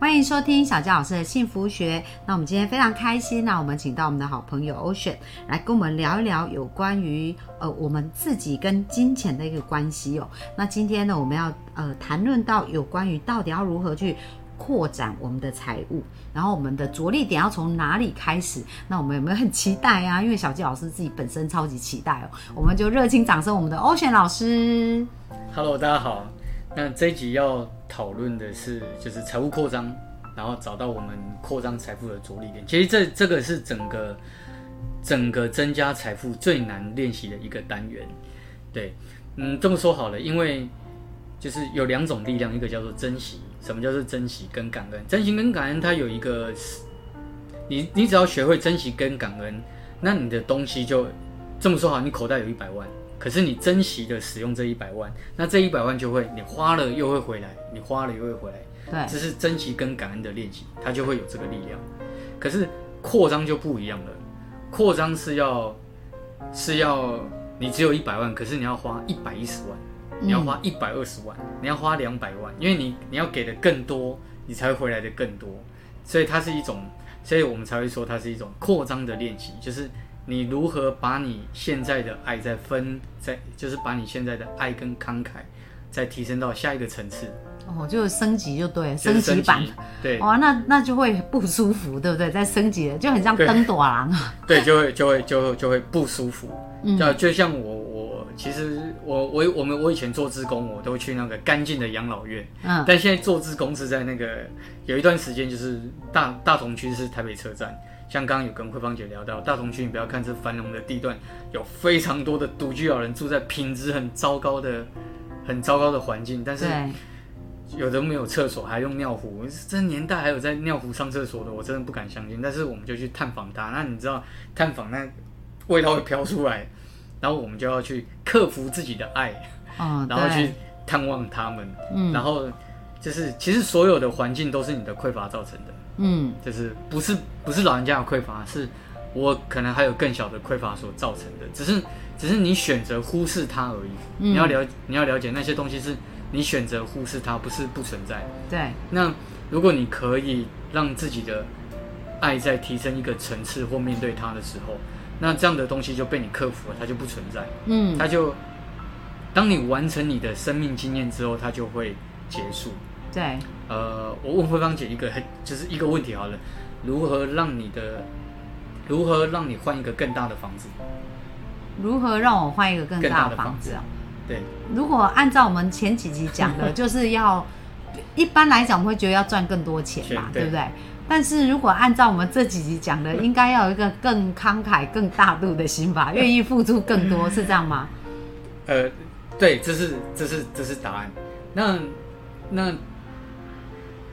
欢迎收听小纪老师的幸福学。那我们今天非常开心那我们请到我们的好朋友 Ocean 来跟我们聊一聊有关于呃我们自己跟金钱的一个关系哦。那今天呢，我们要呃谈论到有关于到底要如何去扩展我们的财务，然后我们的着力点要从哪里开始？那我们有没有很期待啊？因为小纪老师自己本身超级期待哦， 我们就热情掌声我们的 Ocean 老师。 Hello，大家好。那这一集要讨论的是，就是财务扩张，然后找到我们扩张财富的着力点。其实这这个是整个整个增加财富最难练习的一个单元。对，嗯，这么说好了，因为就是有两种力量，一个叫做珍惜，什么叫做珍惜跟感恩？珍惜跟感恩它有一个，你你只要学会珍惜跟感恩，那你的东西就这么说好，你口袋有一百万。可是你珍惜的使用这一百万，那这一百万就会你花了又会回来，你花了又会回来，对，这是珍惜跟感恩的练习，它就会有这个力量。可是扩张就不一样了，扩张是要是要你只有一百万，可是你要花一百一十万，嗯你要花一百二十万，你要花两百万，因为你你要给的更多，你才会回来的更多，所以它是一种，所以我们才会说它是一种扩张的练习，就是你如何把你现在的爱再分，再就是把你现在的爱跟慷慨再提升到下一个层次，哦，就升级就对了，就是级版。对哇、那那就会不舒服，对不对？再升级了，就很像对登朵郎。对，就会就会就会就会不舒服。嗯就就像我我其实我我我们我以前做志工，我都去那个干净的养老院，嗯，但现在做志工是在那个有一段时间，就是大大同区是台北车站。像刚刚有跟慧芳姐聊到，大同区你不要看这繁荣的地段，有非常多的独居老人住在品质很糟糕的、很糟糕的环境，但是对，有的没有厕所，还用尿壶。这年代还有在尿壶上厕所的，我真的不敢相信。但是我们就去探访它，那你知道探访那味道会飘出来，然后我们就要去克服自己的爱，哦，然后去对，探望他们，嗯然后就是其实所有的环境都是你的匮乏造成的，嗯，就是不是不是老人家的匮乏，是我可能还有更小的匮乏所造成的，只是只是你选择忽视它而已。嗯你要了你要了解那些东西是你选择忽视它，不是不存在。对，那如果你可以让自己的爱再提升一个层次或面对它的时候，那这样的东西就被你克服了，它就不存在，嗯，它就当你完成你的生命经验之后，它就会结束。对，呃，我问慧芳姐一个很就是一个问题好了，如何让你的如何让你换一个更大的房子？如何让我换一个更更大大的的房房子子啊？对，如果按照我们前几集讲 的，就是要一般来讲，我们会觉得要赚更多钱嘛，钱对不对对？但是如果按照我们这几集讲的，应该要有一个更慷慨、更大度的心吧，愿意付出更多，是这样吗？呃，对，这是这是这是答案。那那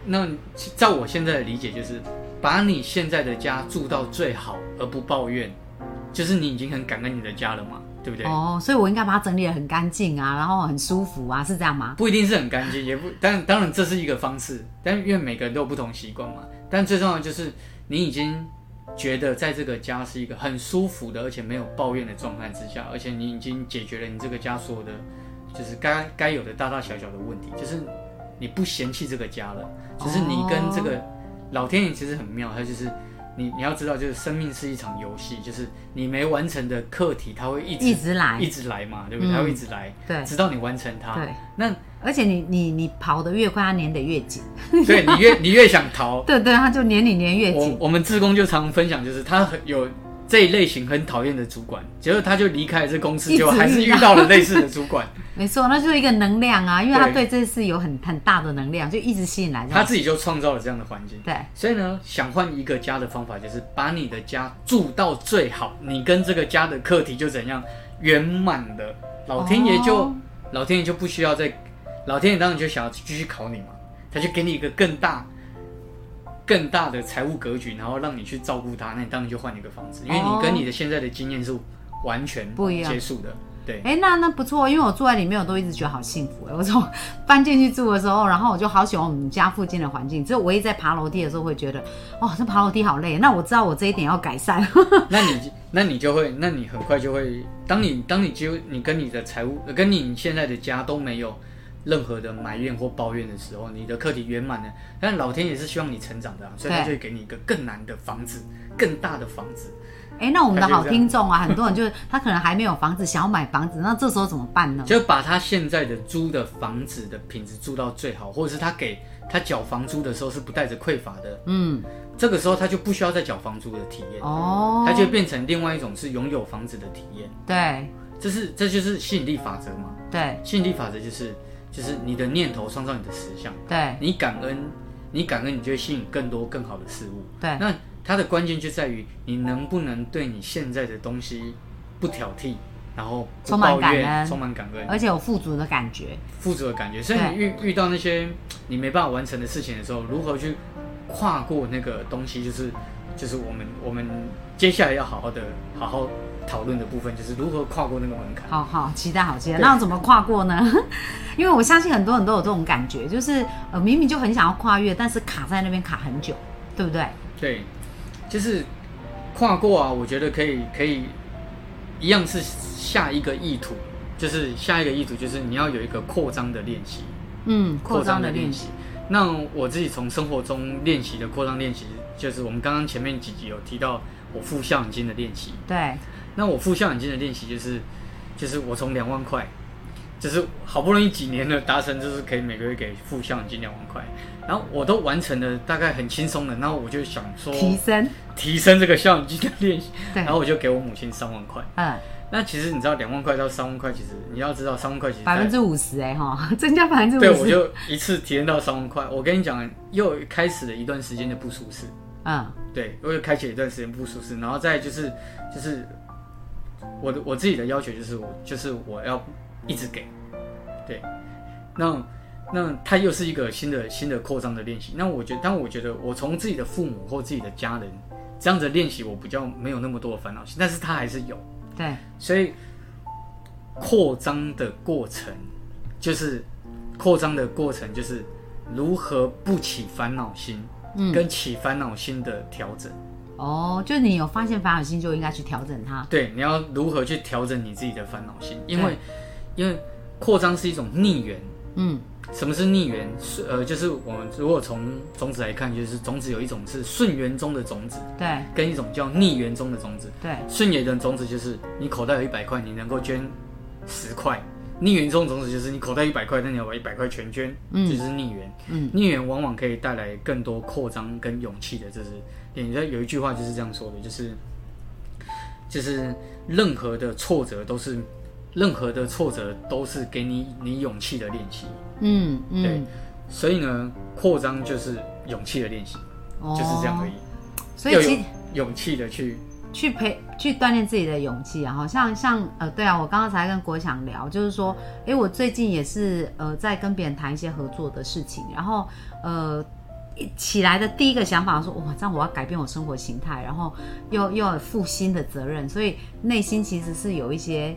那，其照我现在的理解，就是把你现在的家住到最好，而不抱怨，就是你已经很感恩你的家了嘛，对不对？哦，所以我应该把它整理得很干净啊，然后很舒服啊，是这样吗？不一定是很干净，也不，但当然这是一个方式，但因为每个人都有不同习惯嘛。但最重要的就是你已经觉得在这个家是一个很舒服的，而且没有抱怨的状态之下，而且你已经解决了你这个家所有的，就是该该有的大大小小的问题，就是你不嫌弃这个家了，就是你跟这个、老天爷其实很妙，它就是。你你要知道，就是生命是一场游戏，就是你没完成的课题，它会一直一直来，一直啊来嘛，对不对？嗯它会一直来，对直到你完成它。对，那而且你你你跑得越快，它粘得越紧，对 你越你越想逃，对对，它就粘你粘越我紧，我们志工就常分享，就是他很有这一类型很讨厌的主管，结果他就离开了这公一司，直就还是遇遇到到了类似的主管，没错，那就是一个能量啊，因为它对对这事有很很大的能量，就一直吸引来这他样。自己就创造了这样的环境。对，所以呢，想换一个家的方法就是把你的家住到最好，你跟这个家的课题就怎样圆满的，老天爷就、哦老天爷就不需要再，老天爷当然就想要继续考你嘛，他就给你一个更大。更大的财务格局，然后让你去照顾他，那你当然就换一个房子，因为你哦跟你的现在的经验是完全不一样结束的。对，哎，那那不错，因为我住在里面，我都一直觉得好幸福。欸我从 搬进去住的时候，然后我就好喜欢我们家附近的环境。只有唯一在爬楼梯的时候会觉得，哦，这爬楼梯好累。那我知道我这一点要改善。 那你那你就会，那你很快就会，当你当你几乎你跟你的财务，呃跟你现在的家都没有任何的埋怨或抱怨的时候，你的课题圆满了。但老天也是希望你成长的、啊，所以他就对会给你一个更难的房子，更大的房子。哎，那我们的好还是这样听众啊，很多人就是他可能还没有房子，想要买房子，那这时候怎么办呢？就把他现在的租的房子的品质住到最好，或者是他给他缴房租的时候是不带着匮乏的，嗯，这个时候他就不需要再缴房租的体验，哦他，就变成另外一种是拥有房子的体验，对这是这就是吸引力法则嘛？对吸引力法则就是就是你的念头创造你的实相，对你感恩，你感恩，你就会吸引更多更好的事物。对，那它的关键就在于你能不能对你现在的东西不挑剔，然后不充满抱感怨恩充满感恩。而且有富足的感觉。富足的感觉。所以你遇遇到那些你没办法完成的事情的时候，如何去跨过那个东西，就是就是我们我们接下来要好好的好好讨论的部分，就是如何跨过那个门槛。好好期待，好期待。对那要怎么跨过呢？ 因为我相信很多人都有这种感觉，就是呃明明就很想要跨越，但是卡在那边卡很久，对不对？对，就是跨过啊，我觉得可以可以一样是下一个意图，就是下一个意图就是你要有一个扩张的练习。嗯，扩扩张张的的练练习习。。那我自己从生活中练习的扩张练习，就是我们刚刚前面几集有提到我付孝眼睛的练习。对，那我付孝眼睛的练习就是，就是我从两万块，就是好不容易几年的达成，就是可以每个月给付孝眼睛两万块，然后我都完成了，大概很轻松的。然后我就想说提升，提升这个孝眼睛的练习，对然后我就给我母亲三万块。嗯，那其实你知道两万块到三万块，其实你要知道三万块其实百在分之五十哎哈， 增加百分之五对，我十，就一次体验到三万块。我跟你讲，又开始了一段时间的不舒适，嗯，对，我又开启了一段时间不舒适，然后再来就是就是我的我自己的要求就是我就是我要一直给，对，那那它又是一个新的新的扩张的练习。那我觉得，但我觉得我从自己的父母或自己的家人这样子练习，我比较没有那么多的烦恼心，但是它还是有。对，所以扩张的过程就是扩张的过程就是如何不起烦恼心，嗯，跟起烦恼心的调整。哦，就你有发现烦恼心就应该去调整它，对，你要如何去调整你自己的烦恼心？因为对因为扩张是一种逆缘。嗯，什么是逆缘？是呃，就是我们如果从种子来看，就是种子有一种是顺缘中的种子，对跟一种叫逆缘中的种子。对，顺缘的种子就是你口袋有一百块，你能够捐十块；逆缘中的种子就是你口袋一百块，但你要把一百块全捐，嗯这就是逆缘。嗯，逆缘往往可以带来更多扩张跟勇气的，这是你知道有一句话就是这样说的，就是就是任何的挫折都是任何的挫折都是给你你勇气的练习，嗯对嗯，所以呢，扩张就是勇气的练习，哦就是这样而已，所要以其有勇气的去去培去锻炼自己的勇气啊，好像像呃，对啊，我刚刚才跟国强聊，就是说，诶，我最近也是呃在跟别人谈一些合作的事情，然后呃一起来的第一个想法说，哇，这样我要改变我生活形态，然后又又有负新的责任，所以内心其实是有一些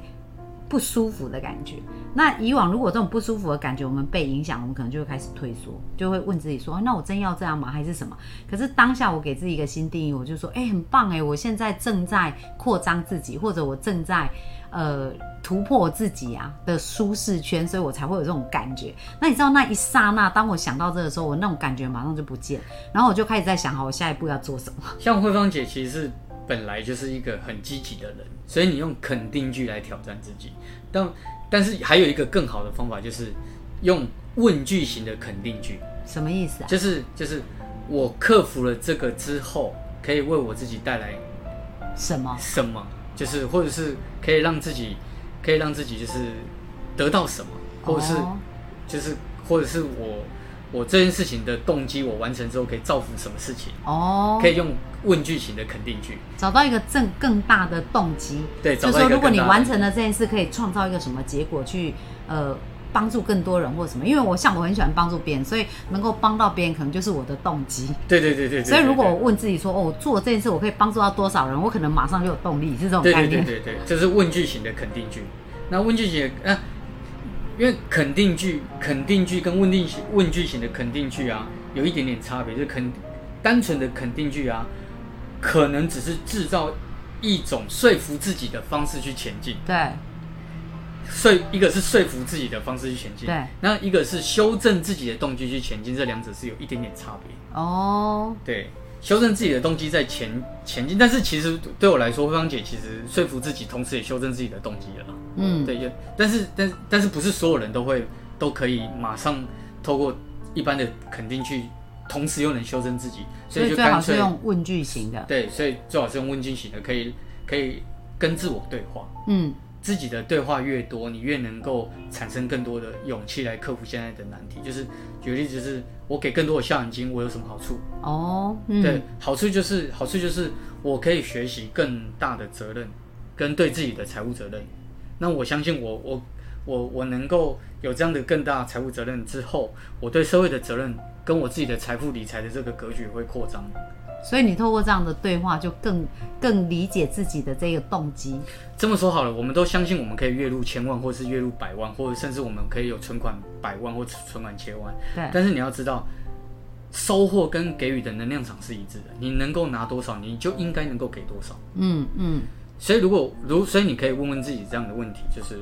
不舒服的感觉。那以往如果这种不舒服的感觉，我们被影响，我们可能就会开始退缩，就会问自己说，啊那我真要这样吗？还是什么？可是当下我给自己一个新定义，我就说，哎、很棒哎、我现在正在扩张自己，或者我正在呃突破自己啊的舒适圈，所以我才会有这种感觉。那你知道那一刹那，当我想到这个时候，我那种感觉马上就不见，然后我就开始在想，好，哦我下一步要做什么？像慧芳姐其实是本来就是一个很积极的人，所以你用肯定句来挑战自己。但但是还有一个更好的方法，就是用问句型的肯定句，什么意思啊？就是就是我克服了这个之后，可以为我自己带来什么？什么，就是或者是可以让自己可以让自己就是得到什么，或者是哦就是或者是我我这件事情的动机，我完成之后可以造福什么事情，哦，可以用问句型的肯定句。找到一个正更大的动机，对就找是到一说个如果你更大的完成了这件事，可以创造一个什么结果去呃帮助更多人或什么？因为我像我很喜欢帮助别人，所以能够帮到别人，可能就是我的动机。对对对对对。所以如果对我问自己说，哦，我做这件事我可以帮助到多少人，我可能马上就有动力，是这种对概对对念。对对，这是问句型的肯定句。那问句型的啊，因为肯定句、肯定句跟问定型、问句型的肯定句啊，有一点点差别，就是肯单纯的肯定句啊，可能只是制造一种说服自己的方式去前进，对说一个是说服自己的方式去前进，对，那一个是修正自己的动机去前进，这两者是有一点点差别。哦，对，修正自己的动机在前前进，但是其实对我来说，芳姐其实说服自己，同时也修正自己的动机了啦。嗯，对，就但是但但是不是所有人都会都可以马上透过一般的肯定去，同时又能修正自己，所以以就最好干是脆用问句型的，对，所以最好是用问句型的，可以可以跟自我对话。嗯，自己的对话越多，你越能够产生更多的勇气来克服现在的难题。就是举个例子，就是我给更多的笑眼睛，我有什么好处？哦，嗯，对，好处就是好处就是我可以学习更大的责任，跟对自己的财务责任。那我相信我我我我能够有这样的更大的财务责任之后，我对社会的责任跟我自己的财富理财的这个格局会扩张。所以你透过这样的对话，就更更理解自己的这个动机。这么说好了，我们都相信我们可以月入千万，或是月入百万，或者甚至我们可以有存款百万或存款千万。对，但是你要知道，收获跟给予的能量场是一致的。你能够拿多少，你就应该能够给多少。嗯嗯，所以如果如所以你可以问问自己这样的问题，就是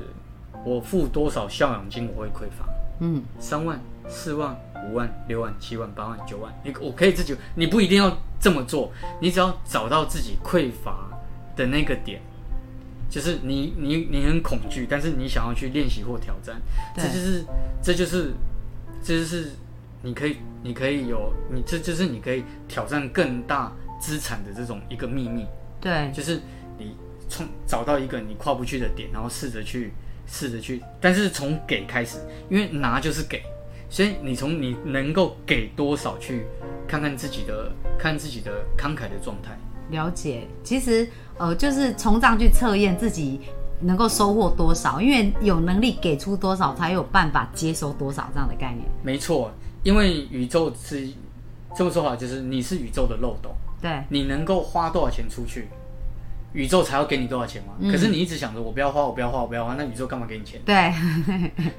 我付多少孝养金我会匮乏？嗯，三万、四万、五万、六万、七万、八万、九万，你我可以自己，你不一定要这么做，你只要找到自己匮乏的那个点，就是你你你很恐惧，但是你想要去练习或挑战，这对就是这就是这就是你可以你可以有你这就是你可以挑战更大资产的这种一个秘密。对，就是你从找到一个你跨不去的点，然后试着去试着去，但是从给开始，因为拿就是给，所以你从你能够给多少去看看自己的看自己的慷慨的状态。了解。其实呃，就是从这样去测验自己能够收获多少，因为有能力给出多少，才有办法接收多少这样的概念。没错，因为宇宙是这么说法，就是你是宇宙的漏斗，对，你能够花多少钱出去，宇宙才要给你多少钱嘛。嗯可是你一直想着我不要花，我不要花，我不要花，那宇宙干嘛给你钱？对，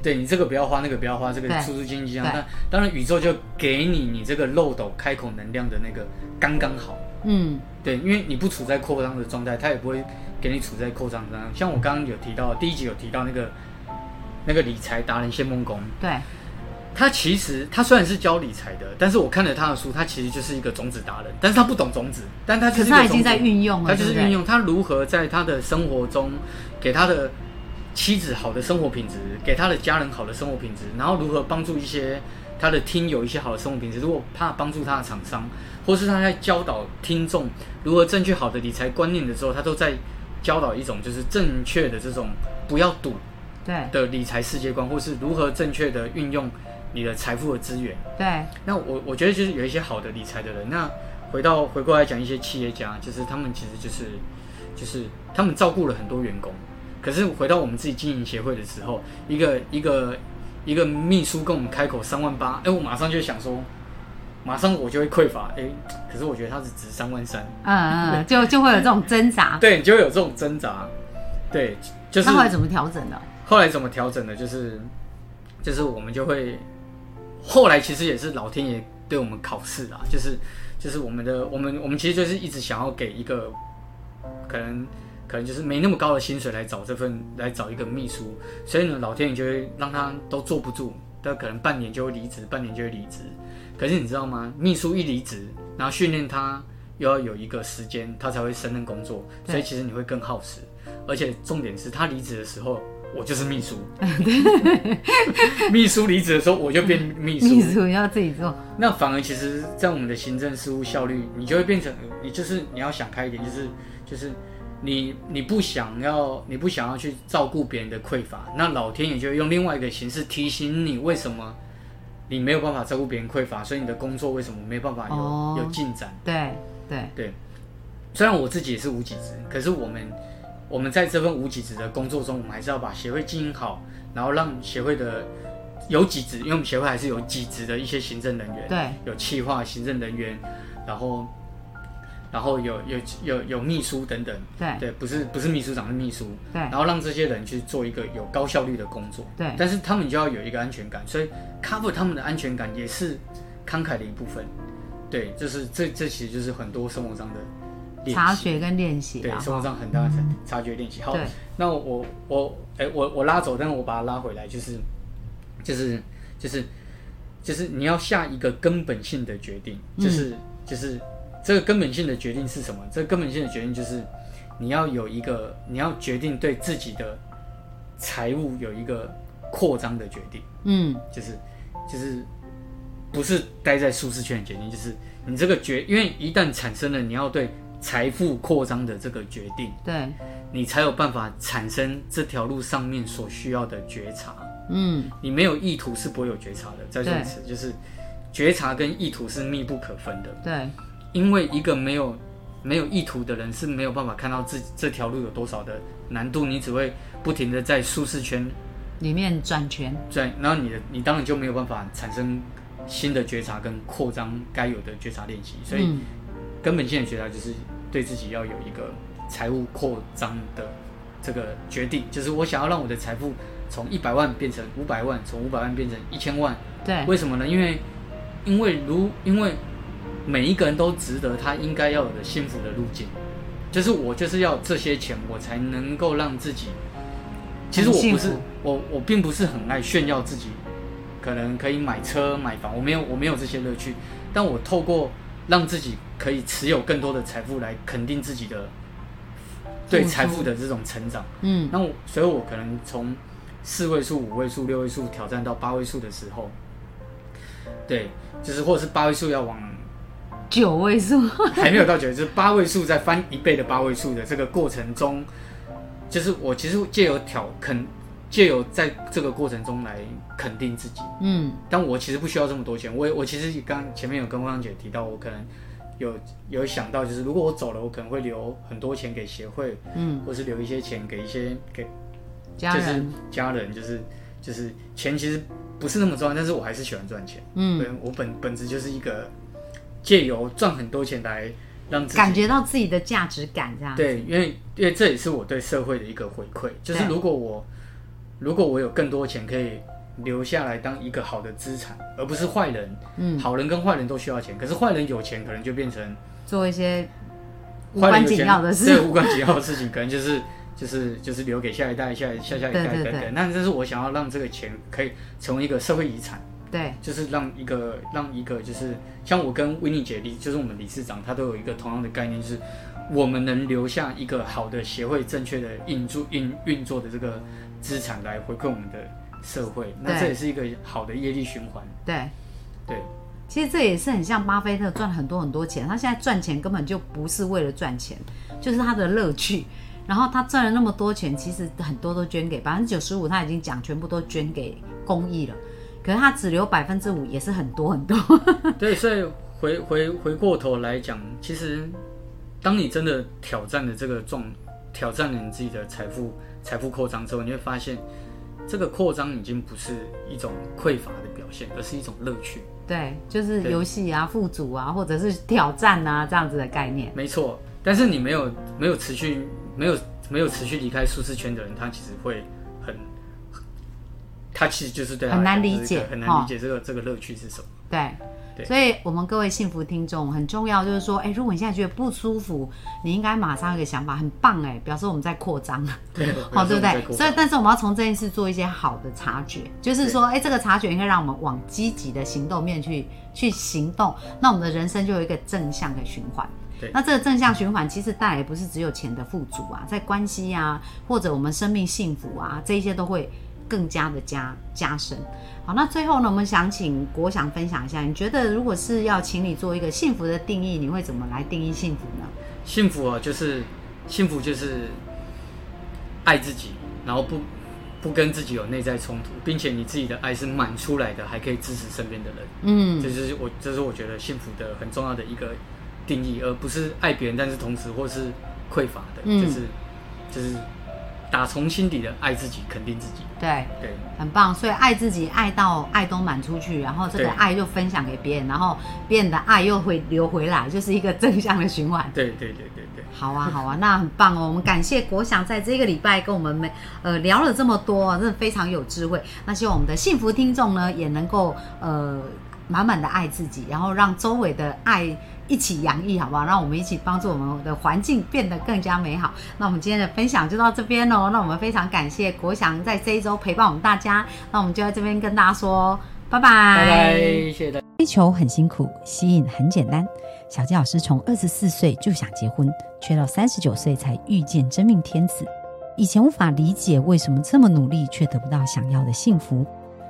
对你这个不要花，那个不要花，这个对出出经济啊，对那当然宇宙就给你你这个漏斗开口能量的那个刚刚好。嗯，对，因为你不处在扩张的状态，它也不会给你处在扩张的状态。像我刚刚有提到第一集有提到那个那个理财达人谢梦工，对，他其实他虽然是教理财的，但是我看了他的书，他其实就是一个种子达人，但是他不懂种子，但他就可是是一个他已经种子在运用了，他就对不是对运用他如何在他的生活中给他的妻子好的生活品质，给他的家人好的生活品质，然后如何帮助一些他的听友一些好的生活品质。如果他帮助他的厂商，或是他在教导听众如何正确好的理财观念的时候，他都在教导一种就是正确的这种不要赌对的理财世界观，或是如何正确的运用你的财富的资源。对，那我我觉得就是有一些好的理财的人，那回到回过来讲一些企业家，就是他们其实就是就是他们照顾了很多员工，可是回到我们自己经营协会的时候，一个一个一个秘书跟我们开口三万八，哎，我马上就想说，马上我就会匮乏，哎，可是我觉得他是值三万三，嗯嗯，就就会有这种挣扎。对你就会有这种挣扎，对，就是那后来怎么调整的？后来怎么调整的？就是就是我们就会，后来其实也是老天爷对我们考试啊，就是就是我们的我们我们其实就是一直想要给一个可能可能就是没那么高的薪水来找这份来找一个秘书，所以呢老天爷就会让他都坐不住，他可能半年就会离职，半年就会离职。可是你知道吗？秘书一离职，然后训练他又要有一个时间，他才会胜任工作，对所以其实你会更耗时。而且重点是他离职的时候，我就是秘书。 秘书离职的时候，我就变 秘书。秘书要自己做，那反而其实，在我们的行政事务效率，你就会变成，你就是你要想开一点，就是就是你你不想要你不想要去照顾别人的匮乏，那老天爷就会用另外一个形式提醒你为什么你没有办法照顾别人匮乏，所以你的工作为什么没办法有、哦有进展？对对，对，虽然我自己也是无给职，可是我们我们在这份无给职的工作中，我们还是要把协会经营好，然后让协会的有给职，因为我们协会还是有给职的一些行政人员，对，有企划行政人员，然后然后有有有有秘书等等，对对，不是不是秘书长是秘书，对然后让这些人去做一个有高效率的工作，对但是他们就要有一个安全感，所以 cover 他们的安全感也是慷慨的一部分，对，就是这这其实就是很多生活上的练察习，觉跟练习对啦，生活上很大的察觉练习。好对，那我我哎、我我拉走，但是我把它拉回来，就是就是就是就是你要下一个根本性的决定，嗯就是、就是这个根本性的决定是什么？这个根本性的决定就是你要有一个你要决定对自己的财务有一个扩张的决定，嗯，就是就是不是待在舒适圈的决定，就是你这个决，因为一旦产生了你要对财富扩张的这个决定。对，你才有办法产生这条路上面所需要的觉察。嗯，你没有意图是不会有觉察的。再说一次，就是觉察跟意图是密不可分的，对，因为一个没有没有意图的人是没有办法看到自这条路有多少的难度，你只会不停的在舒适圈里面转圈，转，然后你的你当然就没有办法产生新的觉察跟扩张该有的觉察练习。所以嗯，根本性的觉察就是对自己要有一个财务扩张的这个决定，就是我想要让我的财富从一百万变成五百万，从五百万变成一千万。对，为什么呢？因为因为如因为每一个人都值得他应该要有的幸福的路径，就是我就是要这些钱，我才能够让自己。其实我很不幸是福我我并不是很爱炫耀自己，可能可以买车买房，我没有我没有这些乐趣，但我透过让自己可以持有更多的财富来肯定自己的对付出财富的这种成长。嗯，那我，所以我可能从四位数、五位数、六位数挑战到八位数的时候，对，就是或者是八位数要往九位数，还没有到九，就是八位数再翻一倍的八位数的这个过程中，就是我其实借由挑肯，借由在这个过程中来肯定自己。嗯，但我其实不需要这么多钱，我也我其实刚前面有跟芳姐提到，我可能有有想到，就是如果我走了，我可能会留很多钱给协会，嗯，或是留一些钱给一些给家就是人，家人，就是就是钱其实不是那么重要，但是我还是喜欢赚钱。嗯，对我本本质就是一个借由赚很多钱来让自己感觉到自己的价值感这样，对，因为因为这也是我对社会的一个回馈，就是对如果我如果我有更多钱可以留下来当一个好的资产，而不是坏人。嗯，好人跟坏人都需要钱，可是坏人有钱可能就变成做一些无坏人关有钱紧要的对事，无关紧要的事情，可能就是就是就是留给下一代、下下下一代对对对等等。那这是我想要让这个钱可以成为一个社会遗产，对，就是让一个让一个就是像我跟维尼姐理，就是我们理事长，他都有一个同样的概念，就是我们能留下一个好的协会正确的运作运运作的这个资产来回馈我们的社会，那对这也是一个好的业力循环，对。对。其实这也是很像巴菲特赚很多很多钱，他现在赚钱根本就不是为了赚钱，就是他的乐趣。然后他赚了那么多钱，其实很多都捐给百分之九十五，他已经讲全部都捐给公益了。可是他只留百分之五，也是很多 很多。对，所以回回回过头来讲，其实当你真的挑战了这个状，挑战了你自己的财富财富扩张之后，你会发现，这个扩张已经不是一种匮乏的表现，而是一种乐趣。对，就是对游戏啊、富足啊，或者是挑战啊这样子的概念。没错，但是你没有没有持续没有没有持续离开舒适圈的人，他其实会很，他其实就是对他很来难讲理就是一解个很哦难理解这个、这个乐趣是什么。对。对所以，我们各位幸福听众很重要，就是说，哎，如果你现在觉得不舒服，你应该马上有一个想法，很棒哎，表示我们在扩张，对，好、对不我们在对？扩张所以，但是我们要从这件事做一些好的察觉，就是说，哎，这个察觉应该让我们往积极的行动面去去行动，那我们的人生就有一个正向的循环对。那这个正向循环其实带来不是只有钱的富足啊，在关系啊，或者我们生命幸福啊，这一些都会更加的加加深。好，那最后呢，我们想请国祥分享一下，你觉得如果是要请你做一个幸福的定义，你会怎么来定义幸福呢？幸福啊，就是幸福就是爱自己，然后不不跟自己有内在冲突，并且你自己的爱是满出来的，还可以支持身边的人。嗯这就是我，这是我觉得幸福的很重要的一个定义，而不是爱别人，但是同时或是匮乏的，嗯就是就是打从心底的爱自己，肯定自己。对，对，很棒。所以爱自己，爱到爱都满出去，然后这对个爱又分享给别人，然后别人的爱又会流回来，就是一个正向的循环。对对对对对，好啊，好啊，那很棒哦！我们感谢国祥在这个礼拜跟我们每呃聊了这么多，真的非常有智慧。那希望我们的幸福听众呢，也能够呃满满的爱自己，然后让周围的爱一起洋溢，好不好？让我们一起帮助我们的环境变得更加美好。那我们今天的分享就到这边喽。那我们非常感谢国祥在这一周陪伴我们大家。那我们就在这边跟大家说拜拜，拜拜，谢谢大家。追求很辛苦，吸引很简单。小纪老师从二十四岁就想结婚，却到三十九岁才遇见真命天子。以前无法理解为什么这么努力却得不到想要的幸福。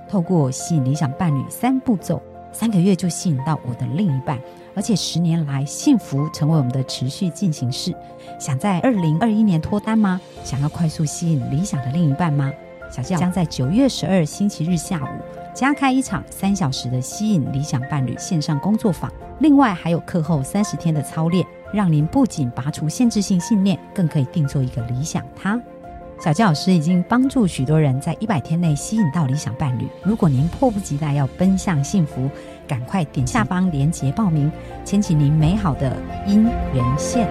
透过吸引理想伴侣三步骤，三个月就吸引到我的另一半，而且十年来幸福成为我们的持续进行式。想在二零二一年脱单吗？想要快速吸引理想的另一半吗？小纪将在九月十二星期日下午加开一场三小时的吸引理想伴侣线上工作坊，另外还有课后三十天的操练，让您不仅拔除限制性信念，更可以定做一个理想他。小纪老师已经帮助许多人在一百天内吸引到理想伴侣。如果您迫不及待要奔向幸福，赶快点下方链接报名，牵起您美好的姻缘线。